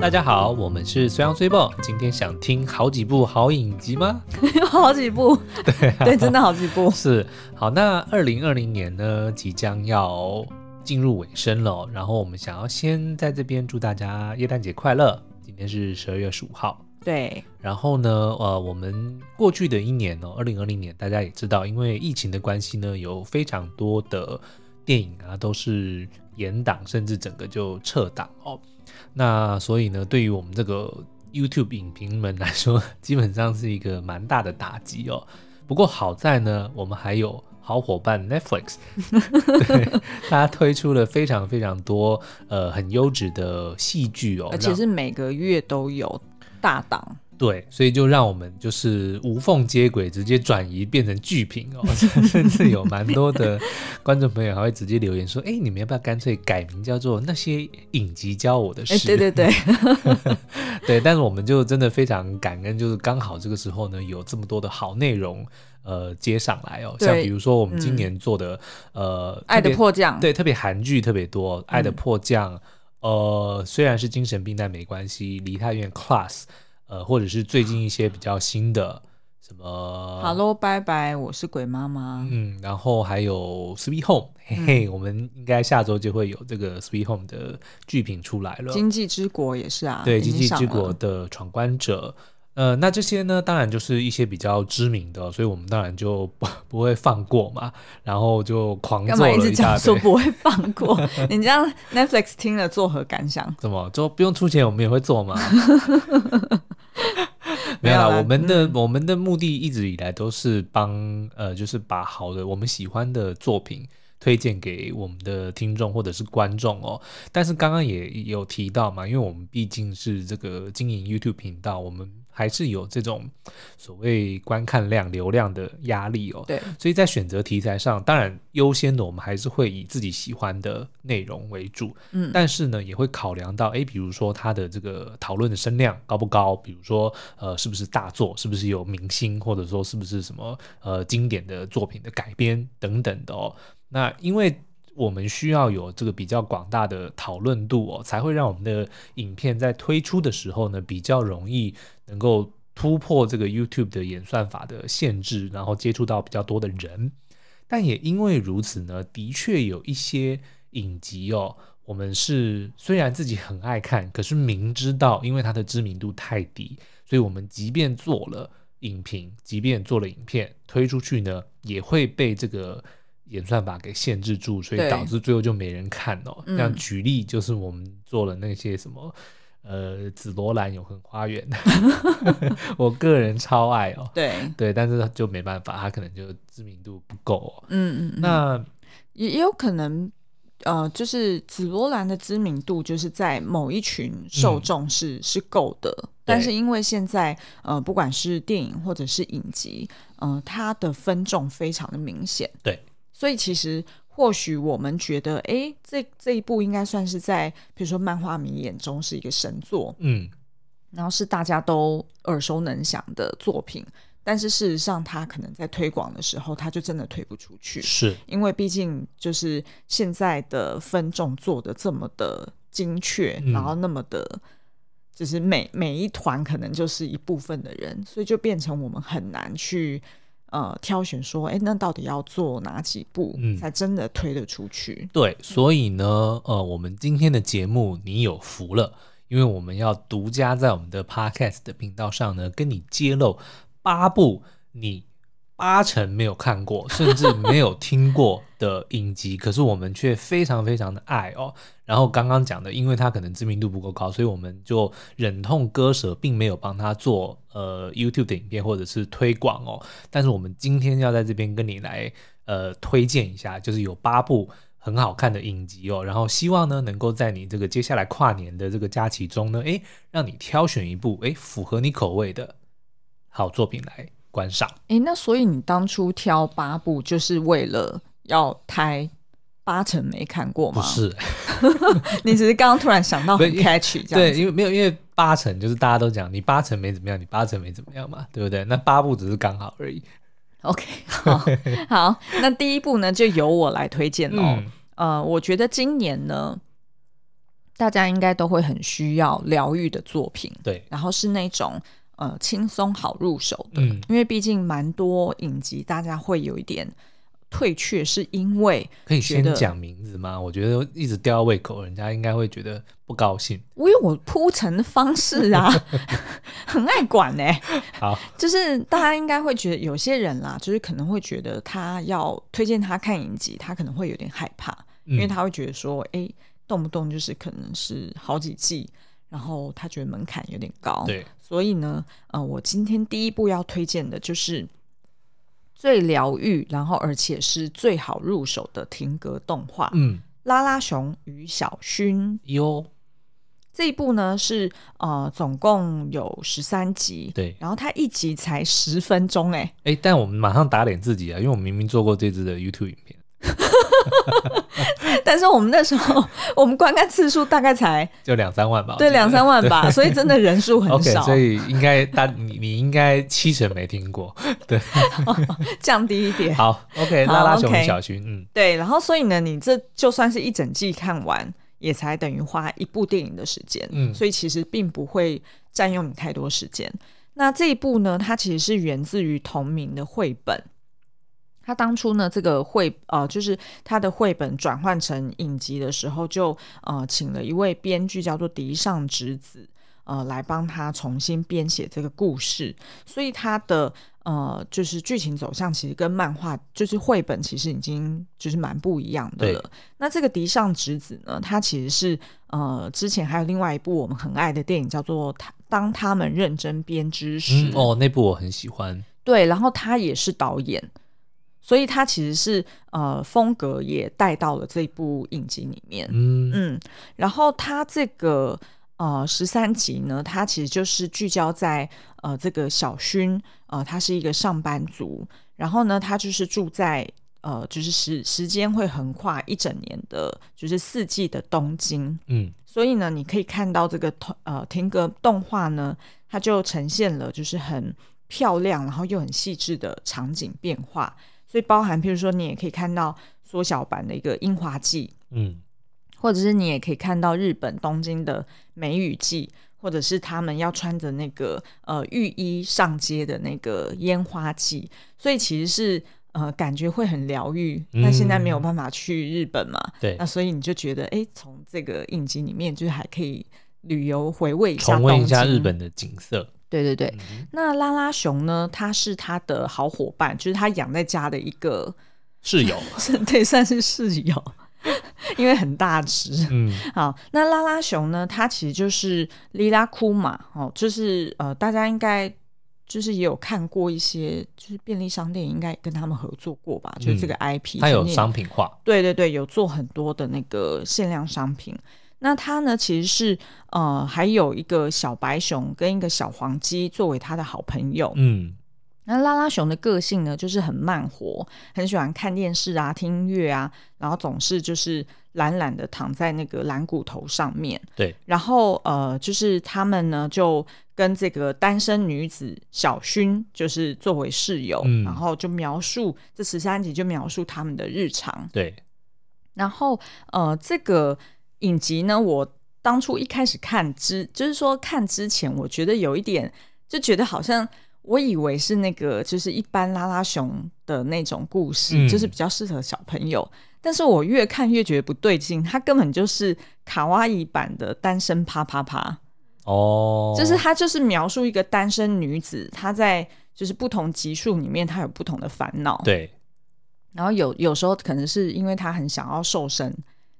大家好，我们是随阳随报。今天想听好几部好影集吗？。有好几部，对、对，真的好几部啊是，好，那二零二零年呢，即将要进入尾声了哦，然后我们想要先在这边祝大家耶诞节快乐。今天是十二月十五号，对，然后呢，呃，我们过去的一年哦，二零二零年，大家也知道，因为疫情的关系呢，有非常多的电影啊都是延档，甚至整个就撤档哦。那所以呢，对于我们这个 YouTube 影评们来说，基本上是一个蛮大的打击哦。不过好在呢，我们还有好伙伴 Netflix，对，它推出了非常非常多呃很优质的戏剧哦，而且让是每个月都有大档。对，所以就让我们就是无缝接轨，直接转移变成剧评哦， 甚至有蛮多的观众朋友还会直接留言说：“哎，你们要不要干脆改名叫做那些影集教我的事哎、？”对对对， 对，但是我们就真的非常感恩，就是刚好这个时候呢，有这么多的好内容呃接上来哦，像对比如说我们今嗯年做的、呃《爱的特别迫降。对，特别韩剧特别多，《爱的啊嗯迫降》呃，虽然是精神病，但没关系，《梨泰院 Class》呃，或者是最近一些比较新的什么 Hello，拜拜，我是鬼妈妈。嗯，然后还有《Sweet Home》，嘿嘿，嗯我们应该下周就会有这个《Sweet Home》的剧评出来了。经济之国也是啊，对《已经经济上之国了》的闯关者。呃，那这些呢，当然就是一些比较知名的，所以我们当然就不 不会放过嘛，然后就狂干做嘛一了直一大讲说堆。 不会放过？你这样 Netflix 听了作何感想？怎么就不用出钱，我们也会做吗？没没有有啦，啦我们的、我们的目的一直以来都是帮呃，就是把好的我们喜欢的作品推荐给我们的听众或者是观众哦。但是刚刚也有提到嘛，因为我们毕竟是这个经营 YouTube 频道，我们还是有这种所谓观看量、流量的压力哦。对，所以在选择题材上，当然优先的我们还是会以自己喜欢的内容为主，嗯但是呢，也会考量到，诶，比如说它的这个讨论的声量高不高，比如说呃，是不是大作，是不是有明星，或者说是不是什么呃经典的作品的改编等等的哦。那因为我们需要有这个比较广大的讨论度哦，才会让我们的影片在推出的时候呢，比较容易能够突破这个 YouTube 的演算法的限制，然后接触到比较多的人。但也因为如此呢，的确有一些影集哦，我们是虽然自己很爱看，可是明知道因为它的知名度太低，所以我们即便做了影评，即便做了影片推出去呢，也会被这个演算法给限制住，所以对导致最后就没人看哦。嗯像举例就是我们做了那些什么。呃，紫罗兰永恒花 园， 我个人超爱哦。对，对，但是就没办法，他可能就知名度不够、哦。嗯嗯，嗯那也也有可能，呃，就是紫罗兰的知名度就是在某一群受众是、是够的，但是因为现在呃，不管是电影或者是影集，呃，它的分众非常的明显，对，所以其实。或许我们觉得，诶，这这一部应该算是在，比如说漫画迷眼中是一个神作，嗯，然后是大家都耳熟能详的作品，但是事实上，它可能在推广的时候，它就真的推不出去。是因为毕竟就是现在的分众做的这么的精确，嗯然后那么的，就是每每一团可能就是一部分的人，所以就变成我们很难去呃挑选说，哎，那到底要做哪几步、嗯才真的推得出去？对，所以呢，呃，我们今天的节目你有福了，因为我们要独家在我们的 Podcast 的频道上呢，跟你揭露八部你八成没有看过，甚至没有听过的影集，可是我们却非常非常的爱哦。然后刚刚讲的，因为它可能知名度不够高，所以我们就忍痛割舍，并没有帮他做呃 YouTube 的影片或者是推广哦。但是我们今天要在这边跟你来呃推荐一下，就是有八部很好看的影集哦，然后希望呢能够在你这个接下来跨年的这个假期中呢，诶，让你挑选一部诶符合你口味的好作品来观赏。哎，那所以你当初挑八部就是为了要拍八成没看过不吗？，是， 你只是刚刚突然想到很不是 catch 这样对，子。因为没有，因为八成就是大家都讲你八成没怎么样，你八成没怎么样嘛，对不对？那八部只是刚好而已。 OK，好好，那嗯第一部呢就由我来推荐喽。嗯呃，我觉得今年呢，大家应该都会很需要疗愈的作品，对，然后是那种呃轻松好入手的，嗯因为毕竟蛮多影集大家会有一点退却，是因为可以觉先得讲名字吗？我觉得一直吊胃口，人家应该会觉得不高 兴。我有我铺陈的方式啊， 很爱管欸呢、好，就是大家应该会觉得有些人啦，就是可能会觉得他要推荐他看影集，他可能会有点害怕，嗯、因为他会觉得说，哎、动不动就是可能是好几季，然后他觉得门槛有点高，对，所以呢，呃，我今天第一步要推荐的就是最疗愈，然后而且是最好入手的停格动画《嗯，拉拉熊与小薰》哟，这一部呢是呃总共有十三集，对，然后它一集才十分钟、哎，哎、但我们马上打脸自己啊，因为我们明明做过这支的 YouTube 影片，但是我们那时候 我们观看次数大概才就两三万吧。对两 三万吧，所以真的人数很 OK，少，所以应该大你你应该七成没听过。降低一点。好，OK，好拉拉熊 OK 小薰，嗯，对，然后所以呢，你这就算是一整季看完，也才等于花一部电影的时间，嗯所以其实并不会占用你太多时间。那这一部呢，它其实是源自于同名的绘本。它当初呢，这个绘呃，就是它的绘本转换成影集的时候就，呃请了一位编剧叫做迪尚直子，呃来帮他重新编写这个故事。所以它的呃，就是剧情走向其实跟漫画就是绘本其实已经就是蛮不一样的了。那这个迪尚直子呢，它其实是呃之前还有另外一部我们很爱的电影叫做《他当他们认真编织时》嗯哦，那部我很喜欢，对，然后他也是导演。所以他其实是呃风格也带到了这部影集里面，嗯嗯，然后它这个呃十三集呢，它其实就是聚焦在呃这个小勋，呃，他是一个上班族，然后呢，他就是住在呃就是时时间会横跨一整年的，就是四季的东京，嗯，所以呢，你可以看到这个同呃停格动画呢，它就呈现了就是很漂亮，然后又很细致的场景变化，所以包含譬如说你也可以看到缩小版的一个樱花季。嗯，或者是你也可以看到日本东京的梅雨季，或者是他们要穿着那个呃浴衣上街的那个烟花季，所以其实是呃感觉会很疗愈。嗯那现在没有办法去日本嘛，对那，所以你就觉得哎，诶从这个影集里面就是还可以旅游回味一下，重温一下日。本的嗯景色，对对对，那拉拉熊呢？它是他的好伙伴，就是他养在家的一个， 室友，对，算是室友，因为很大只。嗯，好，那拉拉熊呢？它其实就是莉拉库玛哦，就是呃，大家应该就是也有看过一些，就是便利商店应该跟他们合作过吧？就是这个 IP，嗯它有就是你商品化，对对对，有做很多的那个限量商品。那它呢，其实是呃，还有一个小白熊跟一个小黄鸡作为它的好朋友。嗯，那拉拉熊的个性呢，就是很慢活，很喜欢看电视啊、听音乐啊，然后总是就是懒懒的躺在那个懒骨头上面。对，然后呃，就是他们呢就跟这个单身女子小薰就是作为室友，嗯然后就描述这十三集就描述他们的日常。对，然后呃，这个影集呢，我当初一开始看之，就是说看之前，我觉得有一点就觉得好像。我以为是那个，就是一般拉拉熊的那种故事，嗯就是比较适合小朋友。但是我越看越觉得不对劲，它根本就是卡哇伊版的单身啪啪啪。哦，就是他就是描述一个单身女子，她在就是不同集数里面，她有不同的烦恼。，对，然后有有时候可能是因为她很想要瘦身，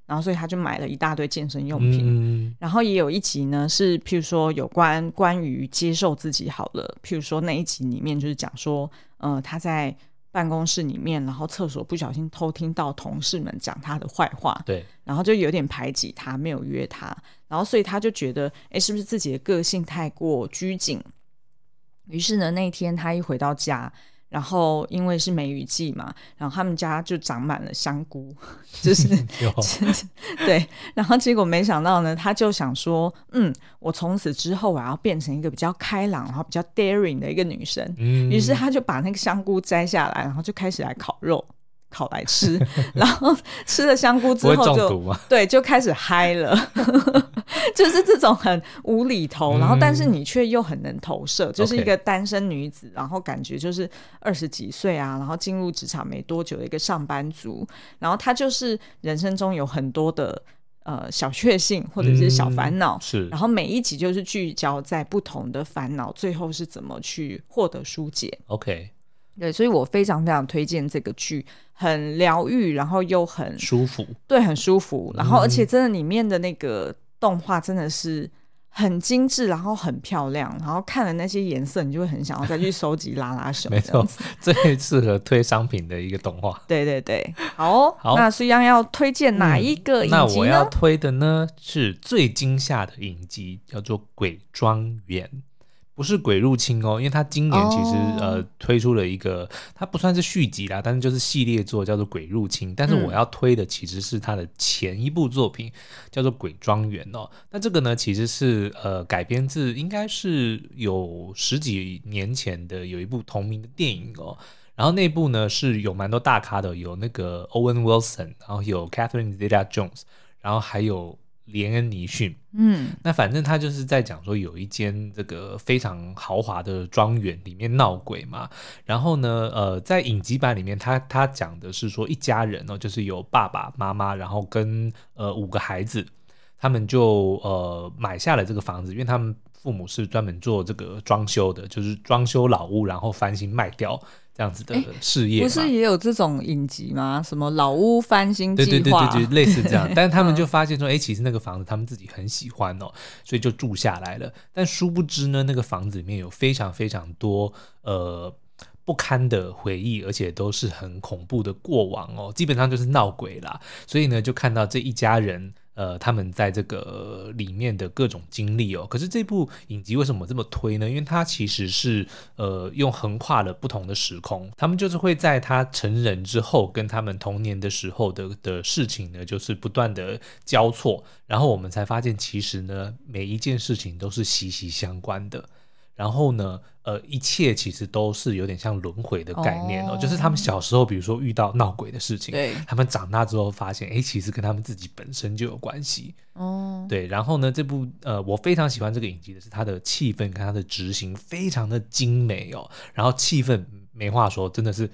然后所以她就买了一大堆健身用品。嗯，然后也有一集呢，是譬如说有关关于接受自己好了，譬如说那一集里面就是讲说，呃，她在办公室里面，然后厕所不小心偷听到同事们讲她的坏话，对，然后就有点排挤他，没有约他，然后所以他就觉得，哎，是不是自己的个性太过拘谨？于是呢，那一天他一回到家，然后因为是梅雨季嘛，然后他们家就长满了香菇， 就是 有，对，然后结果没想到呢，他就想说，嗯，我从此之后我要变成一个比较开朗，然后比较 daring 的一个女生。嗯，于是他就把那个香菇摘下来，然后就开始来烤肉。烤来吃， 然后吃了香菇之不会后中就毒吗？对，就开始嗨了， 就是这种很无厘头，然后但是你却又很能投射，就是嗯一 OK 个单身女子，然后感觉就是二十几岁啊，然后进入职场没多久的一个上班族，然后她就是人生中有很多的呃小确幸或者是小烦恼，嗯是然后每一集就是聚焦在不同的烦恼，最后是怎么去获得疏解。 ，OK，对，所以我非常非常推荐这个剧，很疗愈，然后又很舒服，对，很舒服。然后，而且嗯真的里面的那个动画真的是很精致，然后很漂亮，然后看了那些颜色，你就会很想要再去收集拉拉 手。没这错样子，最适合推商品的一个动画。对对对，好哦。好那苏央要推荐哪嗯一个那影集我要呢？推的呢是最惊吓的影集，叫做《鬼庄园》，不是《鬼入侵》哦，因为它今年其实、哦呃推出了一个，它不算是续集啦，但是就是系列作叫做《鬼入侵》，但是嗯我要推的其实是它的前一部作品，叫做《鬼庄园》哦。那这个呢其实是呃改编自应该是有十几年前的有一部同名的电影哦。然后那部呢是有蛮多大咖的，有那个 Owen Wilson，然后有 Catherine Zeta-Jones，然后还有连恩尼逊。嗯那反正他就是在讲说，有一间这个非常豪华的庄园里面闹鬼嘛。然后呢，呃，在影集版里面，他他讲的是说一家人哦，就是有爸爸妈妈，然后跟呃五个孩子，他们就呃买下了这个房子，因为他们父母是专门做这个装修的，就是装修老屋，然后翻新卖掉这样子的事业嘛。不是也有这种影集吗？什么老屋翻新对对计对划？嗯对对，类似这 样。但是他们就发现说，哎、其实那个房子他们自己很喜欢哦，所以就住下来了。但殊不知呢，那个房子里面有非常非常多呃不堪的回忆，而且都是很恐怖的过往哦，基本上就是闹鬼啦。所以呢，就看到这一家人。呃，他们在这个呃里面的各种经历哦，可是这部影集为什么这么推呢？因为它其实是呃用横跨了不同的时空，他们就是会在他成人之后跟他们童年的时候的的事情呢，就是不断的交错，然后我们才发现其实呢每一件事情都是息息相关的。然后呢，呃，一切其实都是有点像轮回的概念哦，哦就是他们小时候，比如说遇到闹鬼的事情，对他们长大之后发现，哎，其实跟他们自己本身就有关系。哦，对，然后呢，这部呃，我非常喜欢这个影集的是它的气氛跟它的执行非常的精美哦，然后气氛没话说，真的是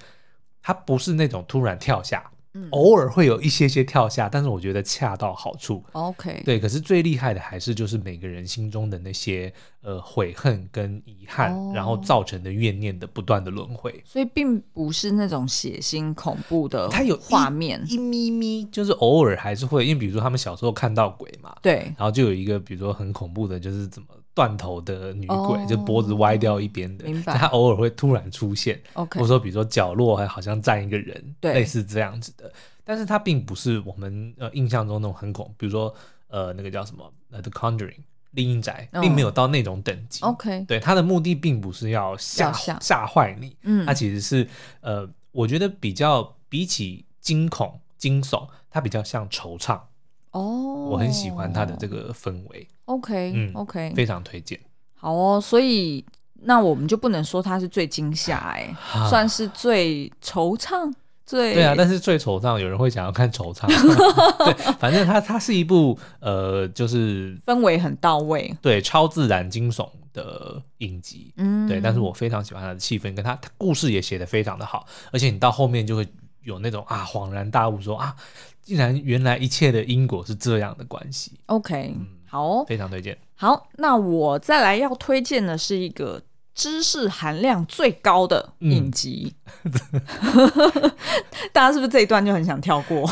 它不是那种突然跳下，嗯偶尔会有一些些跳下，但是我觉得恰到好处。 ，OK，对，可是最厉害的还是就是每个人心中的那些呃悔恨跟遗憾，哦然后造成的怨念的不断的轮回。所以并不是那种血腥恐怖的，它有一画面，一咪咪，就是偶尔还是会，因为比如说他们小时候看到鬼嘛，对，然后就有一个比如说很恐怖的，就是怎么断头的女鬼，哦就脖子歪掉一边的，明白她偶尔会突然出现， OK 或者说比如说角落还好像站一个人，对类似这样子的。但是它并不是我们呃印象中那种很恐，比如说呃那个叫什么呃《The Conjuring》丽音宅，嗯并没有到那种等级。 OK，对，它的目的并不是要吓要吓吓坏你，嗯它其实是呃，我觉得比较比起惊恐惊悚，它比较像惆怅，哦，我我很喜欢它的这哦个氛围， OK、嗯 OK，非常推荐。好哦，所以那我们就不能说它是最惊吓哎、啊算是最惆怅，最对啊，但是最惆怅，有人会想要看惆 怅。对，反正它它是一部呃，就是氛围很到位，对超自然惊悚的影集。嗯，对，但是我非常喜欢它的气氛，跟它它故事也写得非常的好，而且你到后面就会有那种啊恍然大悟说啊，竟然原来一切的因果是这样的关系， OK，、好嗯哦，非常推荐。好，那我再来要推荐的是一个。知识含量最高的嗯影集， 大家是不是这一段就很想跳过？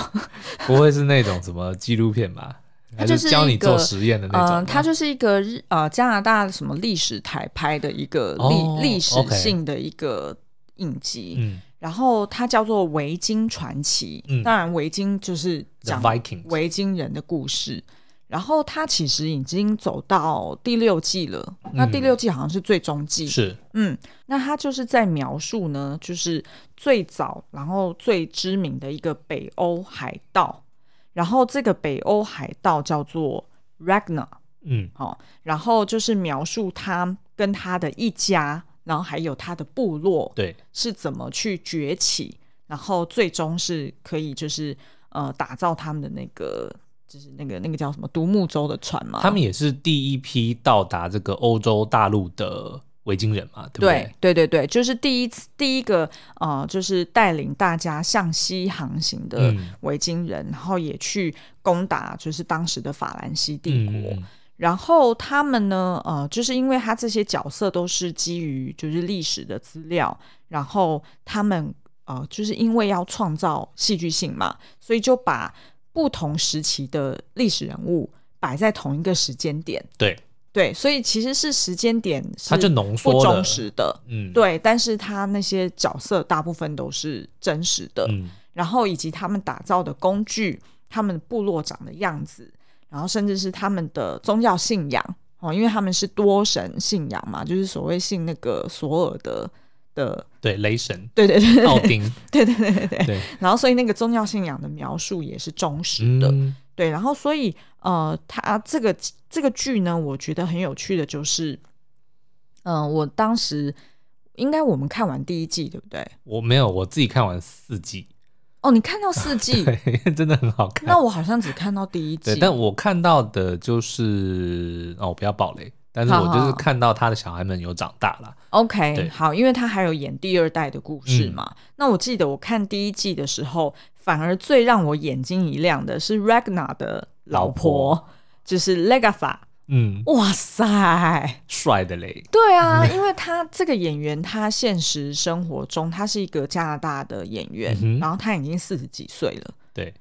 不会是那种什么纪录片吧？ 还它就是教你一个做实验的那种吗？呃，它就是一个日呃加拿大什么历史台拍的一个哦历历史 OK 性的一个影集，嗯然后它叫做《维京传奇》，嗯当然维京就是，The 讲 Vikings，维京人的故事。然后它其实已经走到第六季了，那第六季好像是最终季。嗯是嗯，那它就是在描述呢，就是最早然后最知名的一个北欧海盗，然后这个北欧海盗叫做 Ragnar。嗯哦，然后就是描述他跟他的一家，然后还有他的部落对，是怎么去崛起，然后最终是可以就是呃打造他们的那个就是那个那个叫什么独木舟的船嘛。他们也是第一批到达这个欧洲大陆的维京人嘛，对不对？对对对对，就是第一次第一个呃，就是带领大家向西航行的嗯维京人，然后也去攻打就是当时的法兰西帝国。嗯，然后他们呢，呃，就是因为他这些角色都是基于就是历史的资料，然后他们呃，就是因为要创造戏剧性嘛，所以就把不同时期的历史人物摆在同一个时间点。对，对，所以其实是时间点是它就浓缩不了忠实的，嗯，对，但是他那些角色大部分都是真实的。嗯，然后以及他们打造的工具、他们部落长的样子，然后甚至是他们的宗教信仰哦，因为他们是多神信仰嘛，就是所谓信那个索尔的的，对，雷 神、对对对奥丁，对对对对对， 对，然后所以那个宗教信仰的描述也是忠实的，嗯，对，然后所以呃，他这个这个剧呢，我觉得很有趣的就是，嗯、我当时应该我们看完第一季对不对？我没有，我自己看完四季，哦，你看到四季。 对，真的很好看。那我好像只看到第一季对，，但我看到的就是哦，不要暴雷，但是好我就好是好看到他的小孩们有长大了，对 OK，好，因为他还有演第二代的故事嘛。那我记得我看第一季的时候，反而最让我眼睛一亮的是 Ragnar 的老婆，老就是 Legatha。嗯，哇塞，帅的嘞，对啊，因为他这个演员，他现实生活中他是一个加拿大的演员，嗯哼然后他已经四十几岁了，对，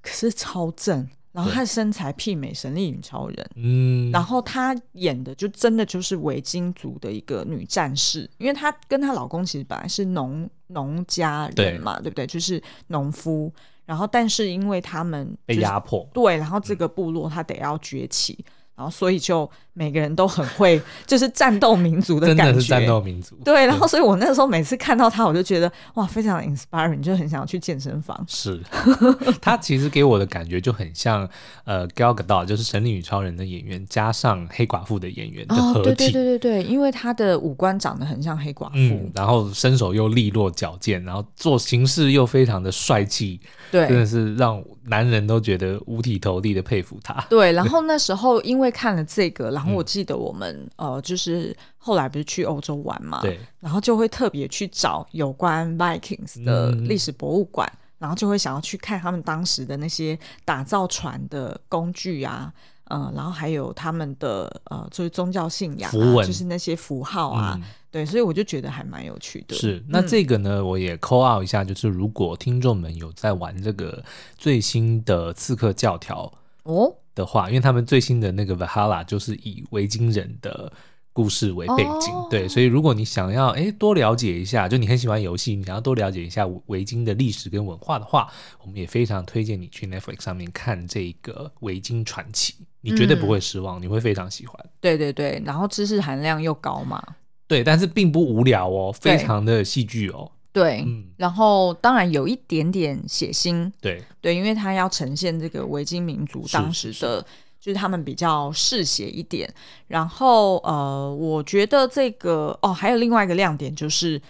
可是超正，然后他的身材媲美神力女超人。嗯，然后她演的就真的就是维京族的一个女战士，因为她跟她老公其实本来是农农家对人嘛，对不对？就是农夫。然后，但是因为他们、就被是、压嗯迫，对，然后这个部落他得要崛起，然后所以就每个人都很会，就是战斗民族真感的觉。是战斗民族，对，然后所以我那时候每次看到他，我就觉得哇，非常 inspiring，就很想要去健身房。是， 他其实给我的感觉就很像呃 Gal Gadot，就是《神力女超人》的演员加上黑寡妇的演员的合体。哦对对对对对，因为他的五官长得很像黑寡妇，嗯，然后身手又利落矫健，然后做行事又非常的帅气，对，真的是让男人都觉得五体投地的佩服他。对，然后那时候因为看了这个，然后嗯我记得我们、呃，就是后来不是去欧洲玩嘛，，对，然后就会特别去找有关 Vikings 的嗯历史博物馆，然后就会想要去看他们当时的那些打造船的工具啊，呃，然后还有他们的呃，就是宗教信仰、符啊，文就是那些符号啊，嗯对，所以我就觉得还蛮有趣的。嗯是，那这个呢，我也 call out 一下，就是如果听众们有在玩这个最新的《刺客教条》哦，的话，因为他们最新的那个 Valhalla 就是以维京人的故事为背景，哦对，所以如果你想要诶多了解一下，就你很喜欢游戏，你想要多了解一下维京的历史跟文化的话，我们也非常推荐你去 Netflix 上面看这个《维京传奇》，你绝对不会失望，你会非常喜欢。对对对，然后知识含量又高嘛，对，但是并不无聊哦，非对常的戏剧哦，对，嗯，然后当然有一点点血腥，对，对，因为他要呈现这个维京民族是当时是的，就是他们比较嗜血一点。然后呃，我觉得这个哦，还有另外一个亮点就是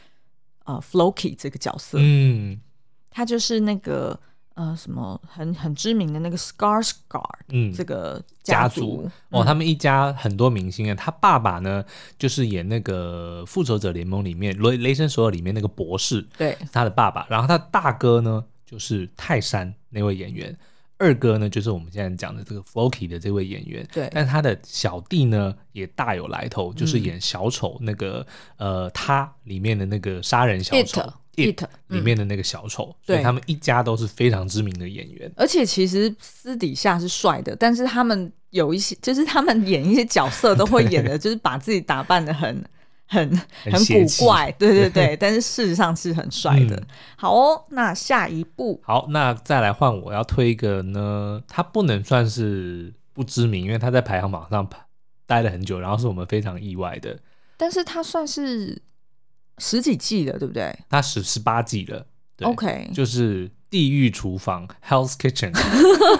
呃，Floki 这个角色，嗯他就是那个呃什么很很知名的那个 Skarsgård、嗯，这个家族族哦，他们一家很多明星啊。他爸爸呢，就是演那个《复仇者联盟》里面雷雷神索尔里面那个博士，对他的爸爸。然后他大哥呢，就是泰山那位演员。二哥呢，就是我们现在讲的这个 Floki 的这位演员，对但他的小弟呢也大有来头，就是演小丑那个、呃，他里面的那个杀人小丑 It，It，里面的那个小丑，所对以他们一家都是非常知名的演员。而且其实私底下是帅的，但是他们有一些，就是他们演一些角色都会 演的，就是把自己打扮的很。很很很邪古气怪，对对对，但是事实上是很帅的。嗯好哦，那下一步好，那再来换我要推一个呢，它不能算是不知名，因为它在排行榜上待了很久，然后是我们非常意外的，但是它算是十几季了，对不对它十十八季了。对 o k 就是《地狱厨房》（Hell's Kitchen）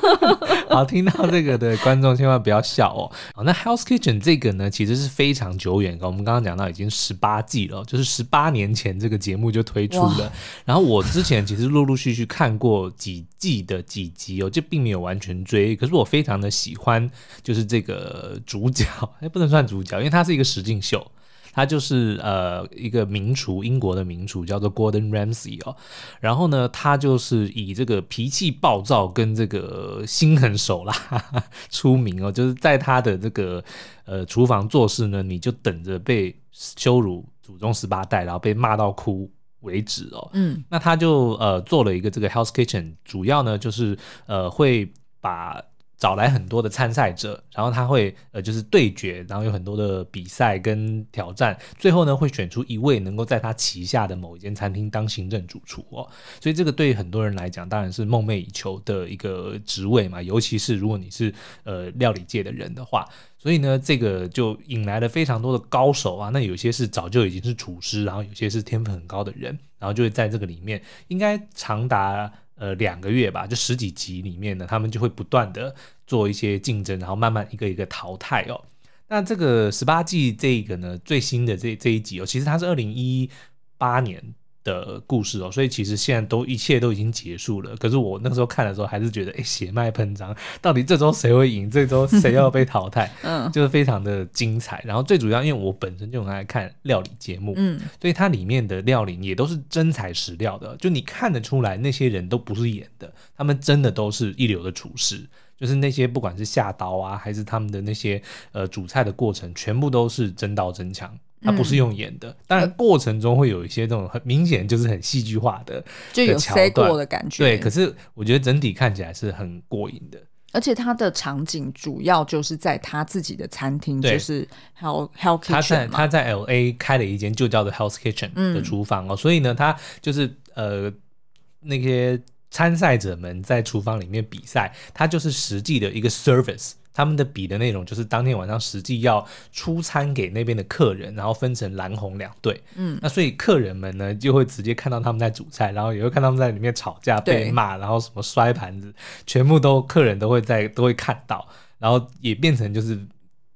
好，听到这个的观众千万不要笑哦。好，那 House Kitchen 这个呢，其实是非常久远的，我们刚刚讲到已经十八季了，就是十八年前这个节目就推出了。 然后我之前其实陆陆续续看过几季的几集哦，就并没有完全追，可是我非常的喜欢，就是这个主角，哎，不能算主角，因为他是一个实境秀。他就是呃一个名厨，英国的名厨叫做 Gordon Ramsay 哦。然后呢，他就是以这个脾气暴躁跟这个心狠手辣 出名哦。就是在他的这个呃厨房做事呢，你就等着被羞辱、祖宗十八代，然后被骂到哭为止哦。嗯，那他就呃做了一个这个 House Kitchen，主要呢就是呃会把找来很多的参赛者，然后他会呃就是对决，然后有很多的比赛跟挑战，最后呢会选出一位能够在他旗下的某一间餐厅当行政主厨哦。所以这个对很多人来讲当然是梦寐以求的一个职位嘛，尤其是如果你是呃料理界的人的话，所以呢，这个就引来了非常多的高手啊。那有些是早就已经是厨师，然后有些是天分很高的人，然后就会在这个里面，应该长达呃两个月吧，就十几集里面呢，他们就会不断的做一些竞争，然后慢慢一个一个淘汰哦。那这个十八季这个呢，最新的这这一集哦，其实它是二零一八年的故事哦，所以其实现在都一切都已经结束了。可是我那时候看的时候，还是觉得哎、诶血脉喷张，到底这周谁会赢？这周谁要被淘汰？嗯就是非常的精彩。然后最主要，因为我本身就很爱看料理节目，嗯，所以它里面的料理也都是真材实料的，就你看得出来那些人都不是演的，他们真的都是一流的厨师。就是那些不管是下刀啊，还是他们的那些呃煮菜的过程，全部都是真刀真枪，它不是用演的。当然过程中会有一些这种很明显就是很戏剧化的，就有的桥 say 段过的感觉。对。可是我觉得整体看起来是很过瘾的。而且他的场景主要就是在他自己的餐厅，对就是 Hell Hell 他在 Kitchen 嘛。他在 L A 开了一间就叫做 House Kitchen 嗯的厨房哦，所以呢，他就是呃那些参赛者们在厨房里面比赛，他就是实际的一个 service。他们的比的内容就是当天晚上实际要出餐给那边的客人，然后分成蓝红两队。嗯，那所以客人们呢就会直接看到他们在煮菜，然后也会看他们在里面吵架、对被骂，然后什么摔盘子，全部都客人都会在都会看到，然后也变成就是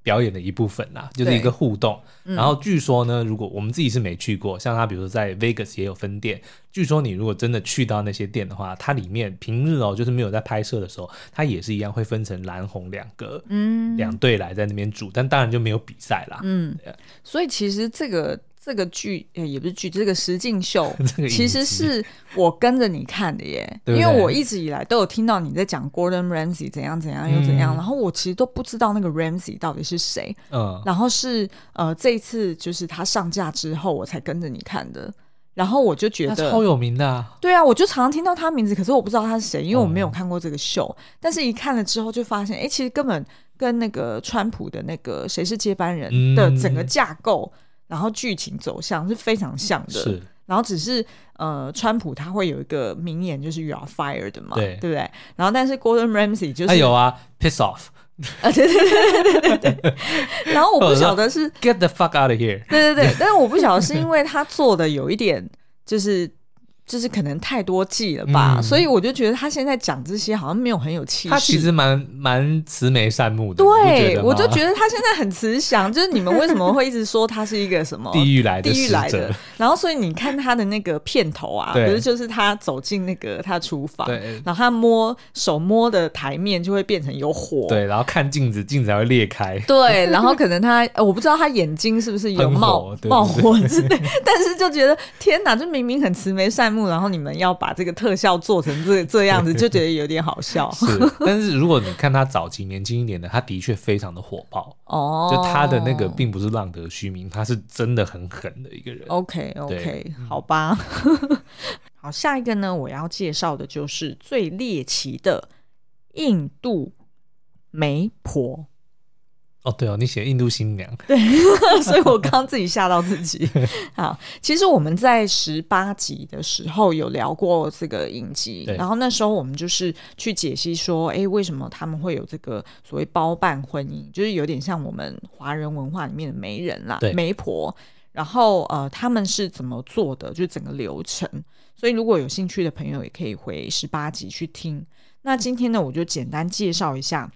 表演的一部分啦，就是一个互动。嗯然后据说呢，如果我们自己是没去过，像他比如说在 Vegas 也有分店，据说你如果真的去到那些店的话，它里面平日哦就是没有在拍摄的时候，它也是一样会分成蓝红两个。嗯两队来在那边煮，但当然就没有比赛啦。嗯，所以其实这个这个剧呃也不是剧，这个实境秀 这个其影集实是我跟着你看的耶，对不对因为我一直以来都有听到你在讲 Gordon Ramsay 怎样怎样又怎样，嗯然后我其实都不知道那个 Ramsay 到底是谁，嗯，然后是呃这一次就是他上架之后我才跟着你看的，然后我就觉他得超有名的、啊。对啊，我就常常听到他名字，可是我不知道他是谁，哦因为我没有看过这个秀。但是，一看了之后就发现，哎、其实根本跟那个川普的那个《谁是接班人》的整个架构，然后剧情走向是非常像嗯的。是，然后只是呃，川普他会有一个名言，就是 “You are fired” 嘛，对不对？然后，但是 Gordon Ramsay 就是，他有啊，piss off，get 然后我不晓得是， the fuck out of here。对对对， 但是我不晓得是因为他做的有一点就是。就是可能太多季了吧，嗯所以我就觉得他现在讲这些好像没有很有气势。他其实蛮蛮慈眉善目的，你对，不我就觉得得他现在很慈祥，就是你们为什么会一直说他是一个什么吗地狱来的地狱使来者的，？然后所以你看他的那个片头啊，不对是就是他走进那个他厨房，对然后他摸手摸的台面就会变成有火，对，然后看镜子，镜子还会裂开，对，然后可能他、呃我不知道他眼睛是不是有喷火 冒对冒对火之类，但是就觉得天哪，就明明很慈眉善目，然后你们要把这个特效做成这这样子，就觉得有点好笑是。但是如果你看他早期年轻一点的，他的确非常的火爆，哦。 就他的那个并不是浪得虚名，他是真的很狠的一个人。 OK OK，好吧。 好，下一个呢，我要介绍的就是最猎奇的印度媒婆，哦，对哦，你写印度新娘， 所以我刚刚自己吓到 自己。好，其实我们在十八集的时候有聊过这个影集，对然后那时候我们就是去解析说，哎，为什么他们会有这个所谓包办婚姻，就是有点像我们华人文化里面的媒人啦对、媒婆。然后呃，他们是怎么做的，就整个流程。所以如果有兴趣的朋友，也可以回十八集去听。那今天呢，我就简单介绍一下。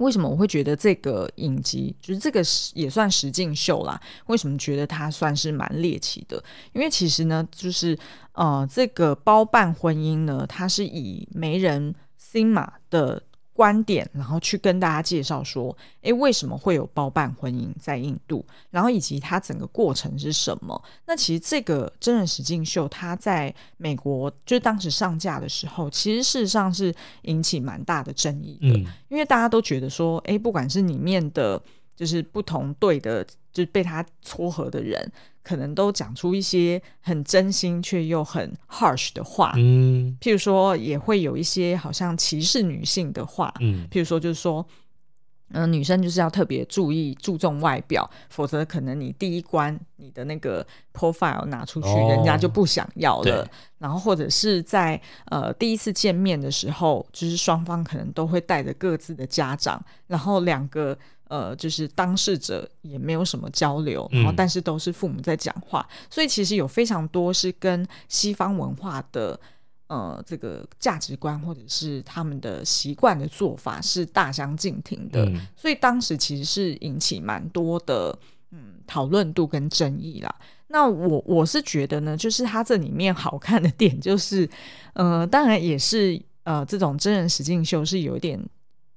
为什么我会觉得这个影集就是这个也算实境秀啦？为什么觉得它算是蛮猎奇的？因为其实呢，就是呃，这个包办婚姻呢，它是以媒人 Sima 的观点，然后去跟大家介绍说，诶，为什么会有包办婚姻在印度，然后以及它整个过程是什么？那其实这个真人实境秀，它在美国就是当时上架的时候，其实事实上是引起蛮大的争议的。嗯因为大家都觉得说，诶，不管是里面的，就是不同队的，就是被他撮合的人，可能都讲出一些很真心却又很 harsh 的话，嗯譬如说也会有一些好像歧视女性的话，嗯譬如说就是说。嗯、女生就是要特别注意注重外表，否则可能你第一关你的那个 profile 拿出去，哦人家就不想要了对。然后或者是在呃第一次见面的时候，就是双方可能都会带着各自的家长，然后两个呃就是当事者也没有什么交流，嗯然后但是都是父母在讲话，所以其实有非常多是跟西方文化的呃这个价值观或者是他们的习惯的做法是大相径庭的，嗯所以当时其实是引起蛮多的嗯讨论度跟争议啦。那我我是觉得呢，就是它这里面好看的点就是，呃，当然也是呃这种真人实境秀是有一点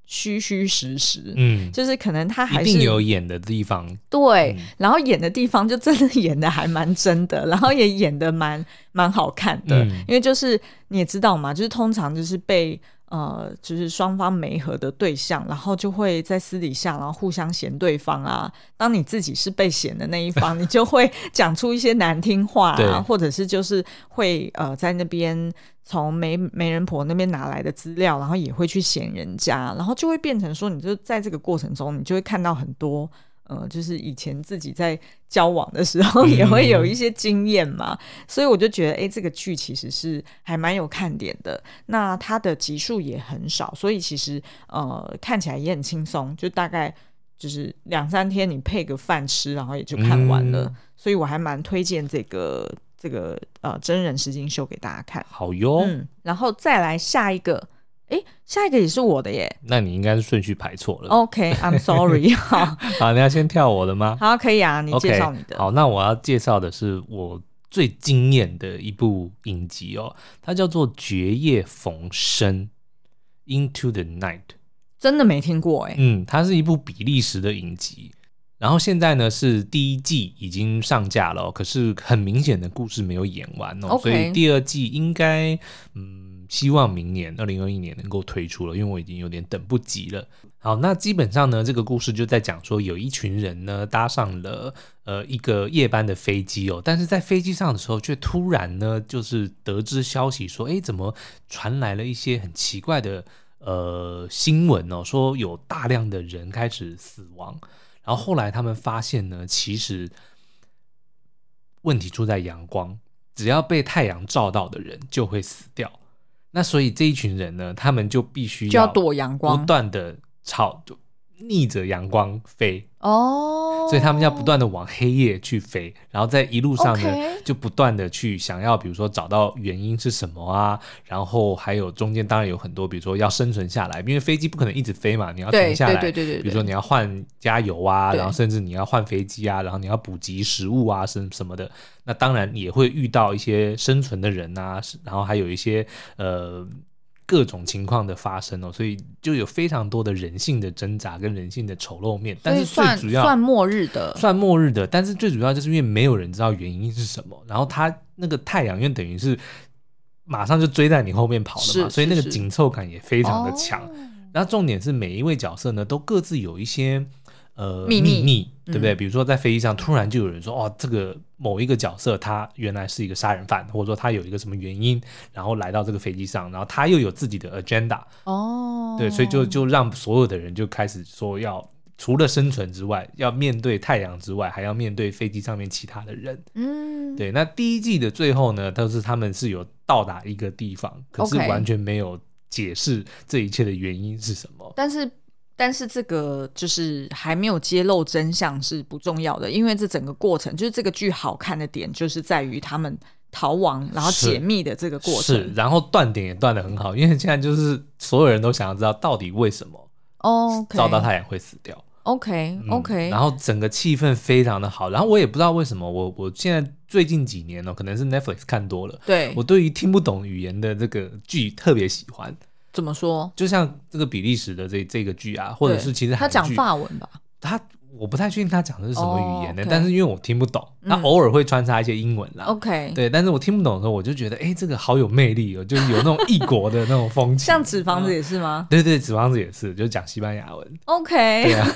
虚虚实实。嗯，就是可能他还一是定有演的地方，对，嗯然后演的地方就真的演的还蛮真的，然后也演的蛮蛮好看的，嗯因为就是你也知道嘛，就是通常就是被呃，就是双方媒合的对象，然后就会在私底下，然后互相嫌对方啊。当你自己是被嫌的那一 方，你就会讲出一些难听话对啊，或者是就是会呃在那边从媒媒人婆那边拿来的资料，然后也会去嫌人家，然后就会变成说，你就在这个过程中，你就会看到很多。呃，就是以前自己在交往的时候 嗯也会有一些经验嘛，所以我就觉得，哎、这个剧其实是还蛮有看点的。那它的集数也很少，所以其实呃看起来也很轻松，就大概就是两三天你配个饭吃，然后也就看完了。嗯所以我还蛮推荐这个这个呃真人实境秀给大家看。好哟。嗯，然后再来下一个，哎、下一个也是我的耶。那你应该是顺序排错哦了。 OK，I'm、sorry 好，好，你要先跳我的吗？好，可以啊，你 OK，介绍你的。好，那我要介绍的是我最惊艳的一部影集哦，它叫做《绝夜逢生》（Into the Night）。真的没听过哎、嗯，它是一部比利时的影集。然后现在呢是第一季已经上架了哦、可是很明显的故事没有演完哦 OK 所以第二季应该嗯，希望明年二零二一年能够推出了，因为我已经有点等不及了。好，那基本上呢，这个故事就在讲说，有一群人呢搭上了呃一个夜班的飞机哦，但是在飞机上的时候，却突然呢就是得知消息说，诶，怎么传来了一些很奇怪的呃新闻哦，说有大量的人开始死亡，然后后来他们发现呢，其实问题出在阳光，只要被太阳照到的人就会死掉。那所以这一群人呢，他们就必须就要躲阳不光断的朝就逆着阳光飞，哦，所以他们要不断的往黑夜去飞，然后在一路上呢 OK 就不断的去想要，比如说找到原因是什么啊，然后还有中间当然有很多，比如说要生存下来，因为飞机不可能一直飞嘛，你要对停下对来，对对对，比如说你要换加油啊，对然后甚至你要换飞机啊，然后你要补给食物啊，什什么的，那当然也会遇到一些生存的人啊，是然后还有一些呃各种情况的发生哦，所以就有非常多的人性的挣扎跟人性的丑陋面，但是所最以算主要算末日的，算末日的，但是最主要就是因为没有人知道原因是什么，然后它那个太阳因为等于是马上就追在你后面跑了嘛，是所以那个是是哦紧凑感也非非常的强。然后重点是每一位角色呢，都各自有一些呃秘密嗯密对不对？比如说在飞机上，突然就有人说，哦，这个某一个角色他原来是一个杀人犯，或者说他有一个什么原因，然后来到这个飞机上，然后他又有自己的 agenda，哦，对，所以就就让所有的人就开始说要。除了生存之外，要面对太阳之外，还要面对飞机上面其他的人。嗯，对，那第一季的最后呢，都是他们是有到达一个地方，可是 OK 完全没有解释这一切的原因是什么。但是但是这个就是还没有揭露真相是不重要的，因为这整个过程就是这个剧好看的点就是在于他们逃亡然后是解密的这个过是程，然后断点也断的很好，因为现在就是所有人都想要知道到底为什么哦 OK 照到太阳会死掉。 OK 嗯 OK，然后整个气氛非常的好，然后我也不知道为什么，我我现在最近几年哦呢、可能是 Netflix 看多了，对我，对于听不懂语言的这个剧特别喜欢，怎么说？就像这个比利时的这这个剧啊，或者对是其实他韩讲剧法文吧？他我不太确定他讲的是什么语言呢、哦，OK 但是因为我听不懂，嗯那偶尔会穿插一些英文啦。 OK，对，但是我听不懂的时候，我就觉得，哎、这个好有魅力哦，就是有那种异国的那种风情。像纸房子也是吗对对，纸房子也是，就讲西班牙 文。对？OK，啊，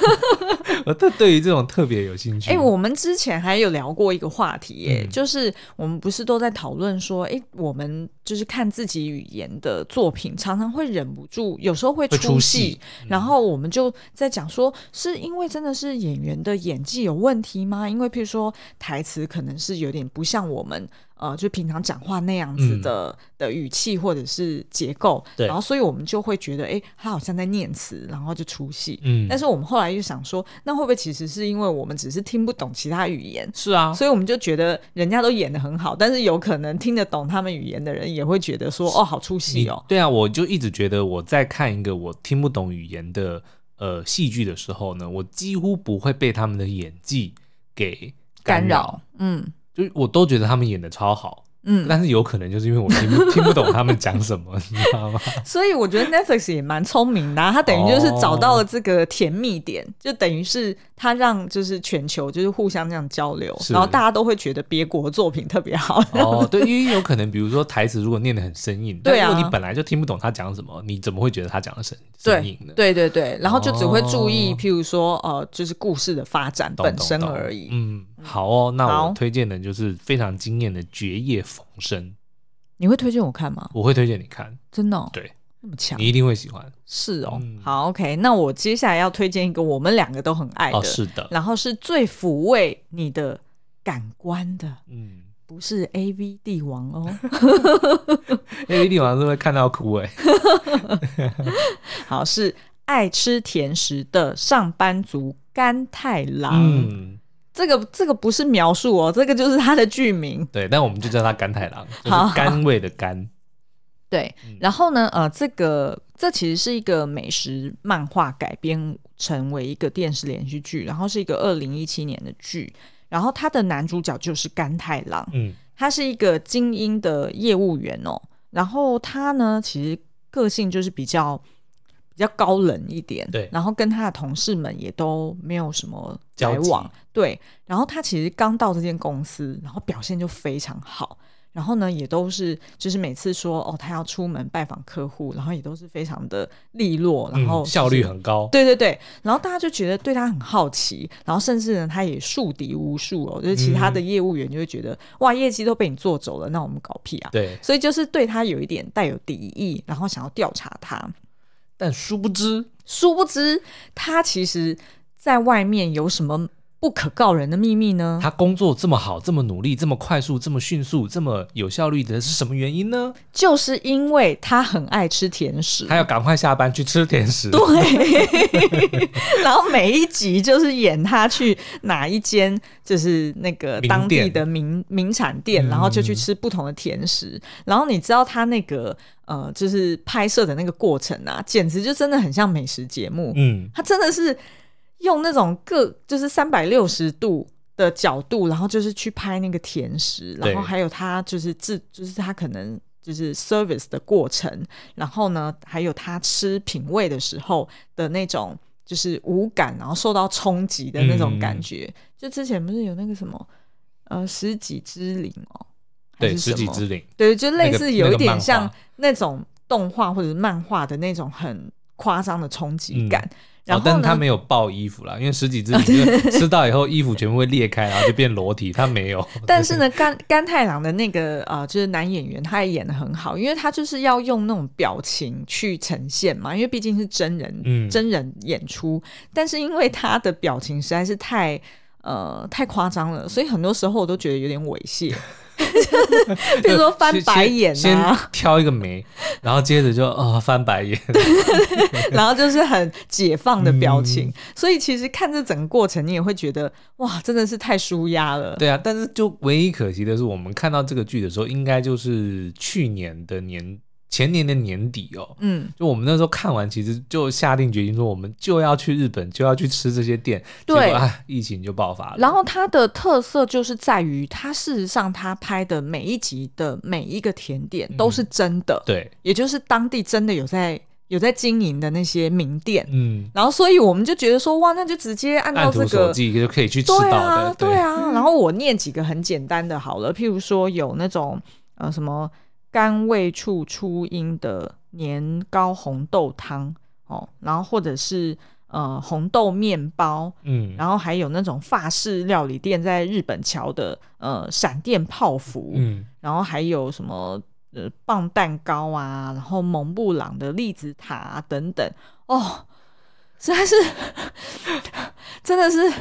我特对于这种特别有兴趣。哎、我们之前还有聊过一个话题耶，嗯就是我们不是都在讨论说，哎、我们就是看自己语言的作品，常常会忍不住，有时候会会出出戏戏，嗯然后我们就在讲说，是因为真的是演员的演技有问题吗？因为譬如说台词可能是有点不像我们。呃，就平常讲话那样子的、的语气或者是结构，嗯对然后所以我们就会觉得，哎、他好像在念词，然后就出戏。嗯，但是我们后来又想说，那会不会其实是因为我们只是听不懂其他语言，是啊，所以我们就觉得人家都演的很好，但是有可能听得懂他们语言的人也会觉得说，哦，好出你戏哦。对啊，我就一直觉得我在看一个我听不懂语言的呃戏剧的时候呢，我几乎不会被他们的演技给干干扰，嗯就是我都觉得他们演的超好。嗯，但是有可能就是因为我听 不听不懂他们讲什么，你知道吗？所以我觉得 Netflix 也蛮聪明的啊、他等于就是找到了这个甜蜜点，就等于是他让就是全球就是互相这样交流，是然后大家都会觉得别国作品特别好。哦，对，因为有可能，比如说台词如果念得很生硬，但对啊如果你本来就听不懂他讲什么，你怎么会觉得他讲的生生 对硬呢？对对对，然后就只会注意，哦譬如说，呃，就是故事的发展懂本身懂懂而已。嗯，好哦，那好我推荐的就是非常惊艳的《绝夜逢生》，你会推荐我看吗？我会推荐你看，真的、哦？对，那么强你一定会喜欢。是哦。嗯好，OK，那我接下来要推荐一个我们两个都很爱的，哦，是的，然后是最抚慰你的感官的，嗯。不是 A V 帝王哦。 A V D 晚上是会看到哭哎、好，是爱吃甜食的上班族甘太郎。嗯，这个这个不是描述哦，这个就是他的剧名。对，但我们就叫它甘太郎，就好好是甘味的甘，对嗯，然后呢，呃，这个这其实是一个美食漫画改编成为一个电视连续剧，然后是一个二零一七年的剧，然后它的男主角就是甘太郎，嗯，他是一个精英的业务员哦，然后他呢，其实个性就是比较比较高冷一点，对然后跟他的同事们也都没有什么来交集往，对，然后他其实刚到这间公司，然后表现就非常好。然后呢，也都是就是每次说哦，他要出门拜访客户，然后也都是非常的利落，然后、嗯、效率很高，对对对，然后大家就觉得对他很好奇，然后甚至呢，他也树敌无数哦，就是其他的业务员就会觉得、哇，业绩都被你做走了，那我们搞屁啊！对，所以就是对他有一点带有敌意，然后想要调查他。但殊不知，殊不知，他其实在外面有什么不可告人的秘密呢？他工作这么好，这么努力，这么快速，这么迅速，这么有效率的是什么原因呢？就是因为他很爱吃甜食他。要赶快下班去吃甜食。对， 然后每一集就是演他去哪一间，就是那个名当地店的名名产店，嗯然后就去吃不同的甜食。然后你知道他那个呃，就是拍摄的那个过程啊，简直就真的很像美食节目。嗯，他真的是用那种各就是三百六十度的角度，然后就是去拍那个甜食，对然后还有他就是制，就是他可能就是 service 的过程，然后呢，还有他吃品味的时候的那种就是无感，然后受到冲击的那种感嗯觉。就之前不是有那个什么呃十几之灵哦，还对，是十什几么之灵，对，就类似有那一个那个漫画点像那种动画或者是漫画的那种很夸张的冲击感。然哦，后但是呢？他没有爆衣服啦，因为十几之灵就是吃到以后衣服全部会裂开，然后就变裸体，他没有。 但是呢，甘甘太郎的那个呃，就是男演员，他也演的很好，因为他就是要用那种表情去呈现嘛，因为毕竟是真人，嗯真人演出。但是因为他的 表情实在是太呃太夸张了，所以很多时候我都觉得有点猥亵。 比如说翻先白眼先啊，先挑一个眉，然后接着就啊、翻白眼， 然后就是很解放的表情。嗯所以其实看这整个过程，你也会觉得哇，真的是太舒压了。对啊，但是就唯一可惜的是，我们看到这个剧的时候，应该就是去年的年前年的年底哦。嗯，就我们那时候看完，其实就下定决心说，我们就要去日本，就要去吃这些店。对结果啊，疫情就爆发了。然后它的特色就是在于，它事实上它拍的每一集的每一个甜点嗯都是真的，对，也就是当地真的有在有在经营的那些名店。嗯，然后，所以我们就觉得说，哇，那就直接按照按这图索个骥就可以去吃对到啊的。，对啊。然后我念几个很简单的好了，譬如说有那种呃什么甘味处初音的年糕红豆汤哦，然后或者是呃红豆面包，嗯然后还有那种法式料理店在日本桥的呃闪电泡芙，嗯然后还有什么呃棒蛋糕啊，然后蒙布朗的栗子塔、啊、等等哦，实在是真的是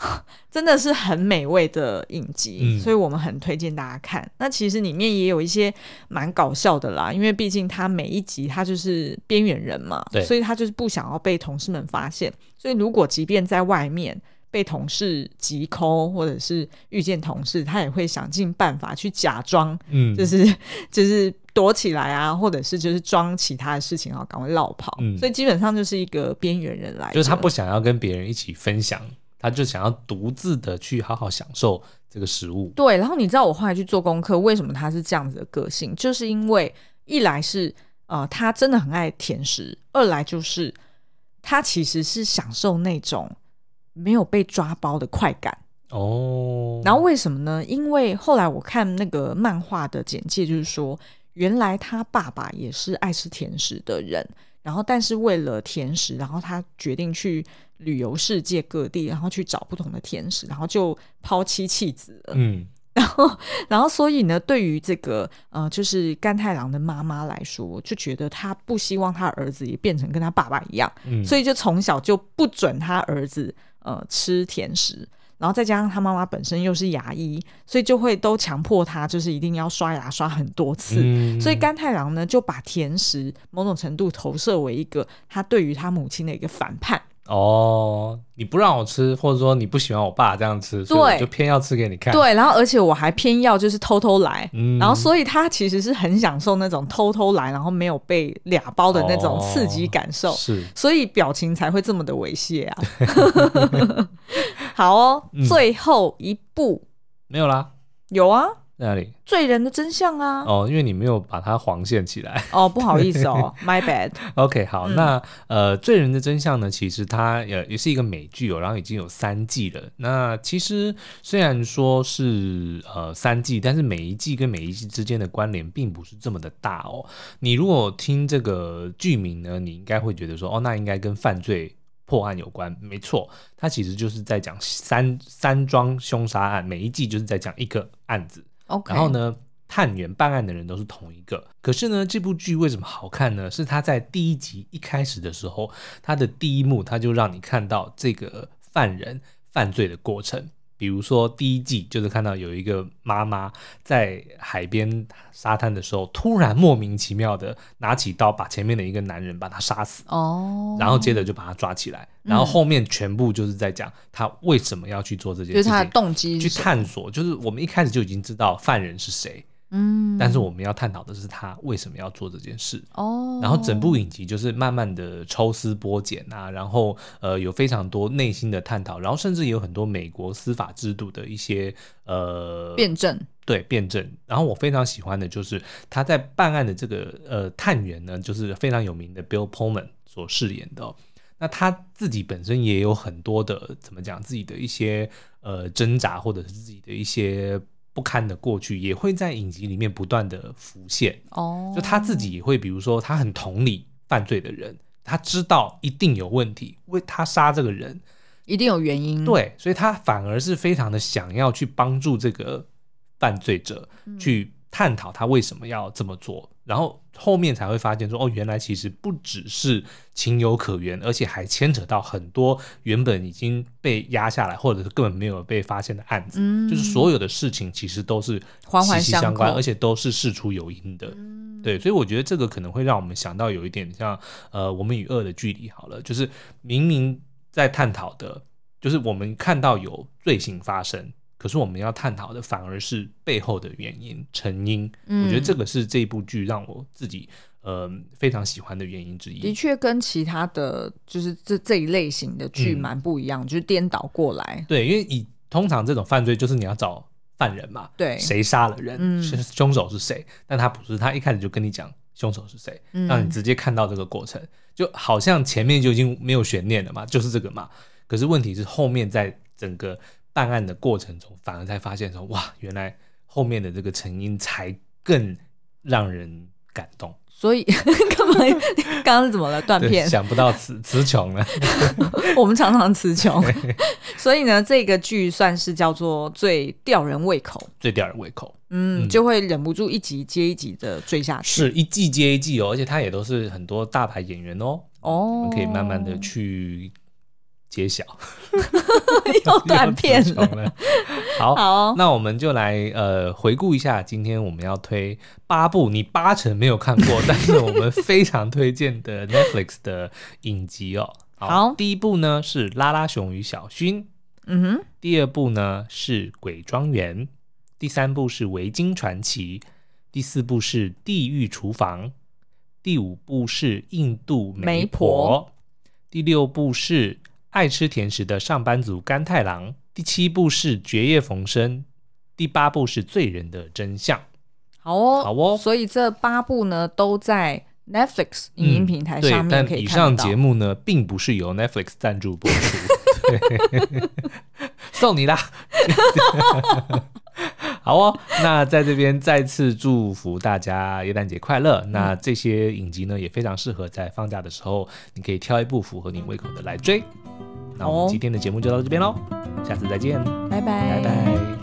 真的是很美味的影集，嗯所以我们很推荐大家看。那其实里面也有一些蛮搞笑的啦，因为毕竟他每一集他就是边缘人嘛对，所以他就是不想要被同事们发现，所以如果即便在外面。被同事急抠，或者是遇见同事，他也会想尽办法去假装嗯，就是就是躲起来啊，或者是就是装其他的事情，然后赶快绕跑。嗯所以基本上就是一个边缘人来着，就是他不想要跟别人一起分享，他就想要独自的去好好享受这个食物。对。然后你知道我后来去做功课，为什么他是这样子的个性？就是因为一来是呃他真的很爱甜食，二来就是他其实是享受那种没有被抓包的快感。哦，然后为什么呢？因为后来我看那个漫画的简介，就是说，原来他爸爸也是爱吃甜食的人，然后但是为了甜食，然后他决定去旅游世界各地，然后去找不同的甜食，然后就抛妻弃子了。嗯然后所以呢，对于这个呃，就是甘太郎的妈妈来说，就觉得他不希望他儿子也变成跟他爸爸一样，嗯，所以就从小就不准他儿子呃吃甜食，然后再加上他妈妈本身又是牙医，所以就会都强迫他就是一定要刷牙刷很多次。嗯所以甘太郎呢，就把甜食某种程度投射为一个他对于他母亲的一个反叛。哦，你不让我吃，或者说你不喜欢我爸这样吃，所以我对就偏要吃给你看。，对，然后而且我还偏要就是偷偷来，嗯然后所以他其实是很享受那种偷偷来，然后没有被俩包的那种刺激感受。是所以表情才会这么的猥亵啊！ 好哦，嗯最后一步没有啦，有啊，《在哪里？罪人的真相》啊。哦，因为你没有把它黄线起来。哦，不好意思 哦，My bad。 OK，好，那呃，《罪人的真相》呢，其实它呃也是一个美剧哦，然后已经有三季了。那其实虽然说是呃三季，但是每一季跟每一季之间的关联并不是这么的大哦。你如果听这个剧名呢，你应该会觉得说，哦，那应该跟犯罪。破案有关，没错，它其实就是在讲三三桩凶杀案，每一季就是在讲一个案子， OK，然后？呢，探员办案的人都是同一个。可是呢，这部剧为什么好看呢？是他在第一集一开始的时候，他的第一幕他就让你看到这个犯人犯罪的过程。比如说第一季就是看到有一个妈妈在海边沙滩的时候，突然莫名其妙的拿起刀把前面的一个男人把他杀死。哦，然后接着就把他抓起来，嗯然后后面全部就是在讲他为什么要去做这件就事是情，他的动机去是什么，探索，就是我们一开始就已经知道犯人是谁，嗯，但是我们要探讨的是他为什么要做这件事。哦，然后整部影集就是慢慢的抽丝剥茧啊，然后呃有非常多内心的探讨，然后甚至也有很多美国司法制度的一些呃辩证，对辩证。然后我非常喜欢的就是他在办案的这个呃探员呢，就是非常有名的 Bill Pullman 所饰演的哦、那他自己本身也有很多的怎么讲自己的一些呃挣扎，或者是自己的一些不堪的过去，也会在影集里面不断的浮现。哦，就他自己也会，比如说他很同理犯罪的人，他知道一定有问题，为他杀这个人，一定有原因，，对，所以他反而是非常的想要嗯去帮助这个犯罪者去探讨他为什么要这么做，然后后面才会发现说，哦，原来其实不只是情有可原，而且还牵扯到很多原本已经被压下来，或者是根本没有被发现的案子。嗯，就是所有的事情其实都是环环息息相相关，扣而且都是事出有因的。嗯对，所以我觉得这个可能会让我们想到有一点像呃，我们与恶的距离好了，就是明明在探讨的，就是我们看到有罪行发生。可是我们要探讨的反而是背后的原因、成因，我觉得这个是这部剧让我自己呃非常喜欢的原因之的一。确跟其他的就是这这一类型的剧嗯蛮不一样，就是颠倒过来。对，因为以通常这种犯罪就是你要找犯人嘛，对，谁杀了人，嗯是凶手是谁，但他不是，他一开始就跟你讲凶手是谁，让你嗯直接看到这个过程，就好像前面就已经没有悬念了嘛，就是这个嘛。可是问题是后面在整个办案的过程中，反而才发现说，哇，原来后面的这个成因才更让人感动。所以干嘛？刚刚是怎么了？ 断对，片。想不到词词穷了。 我们常常词穷， 所以呢，这个剧算是叫做最吊人胃口，最吊人胃口，嗯，嗯就会忍不住一集接一集的追下去。是一季接一季哦，而且它也都是很多大牌演员哦，我哦们，可以慢慢的去揭 晓。又 断片又词了穷。 了。好，好哦那我们就来呃回顾一下，今天我们要推八部你八成没有看 过，但是我们非常推荐的 Netflix 的影集哦。好第一部呢是《拉拉熊与小薰》，嗯哼，第二部呢是《鬼庄园》，第三部是《维京传奇》，第四部是《地狱厨房》，第五部是《印度媒媒婆婆》，第六部是《爱吃甜食的上班族甘太郎》，第七部是《绝夜逢生》，第八部是《罪人的真相》。好哦，好哦所以这八部呢都在 Netflix 影音平台嗯对上，面但可以以看上得到。节目呢，并不是由 Netflix 赞助播出， 对送你啦。 好哦，那在这边再次祝福大家耶诞节快乐。嗯那这些影集呢，也非常适合在放假的时候，你可以挑一部符合你胃口的来追。那我好们哦今天的节目就到这边喽，下次再见，拜拜拜，拜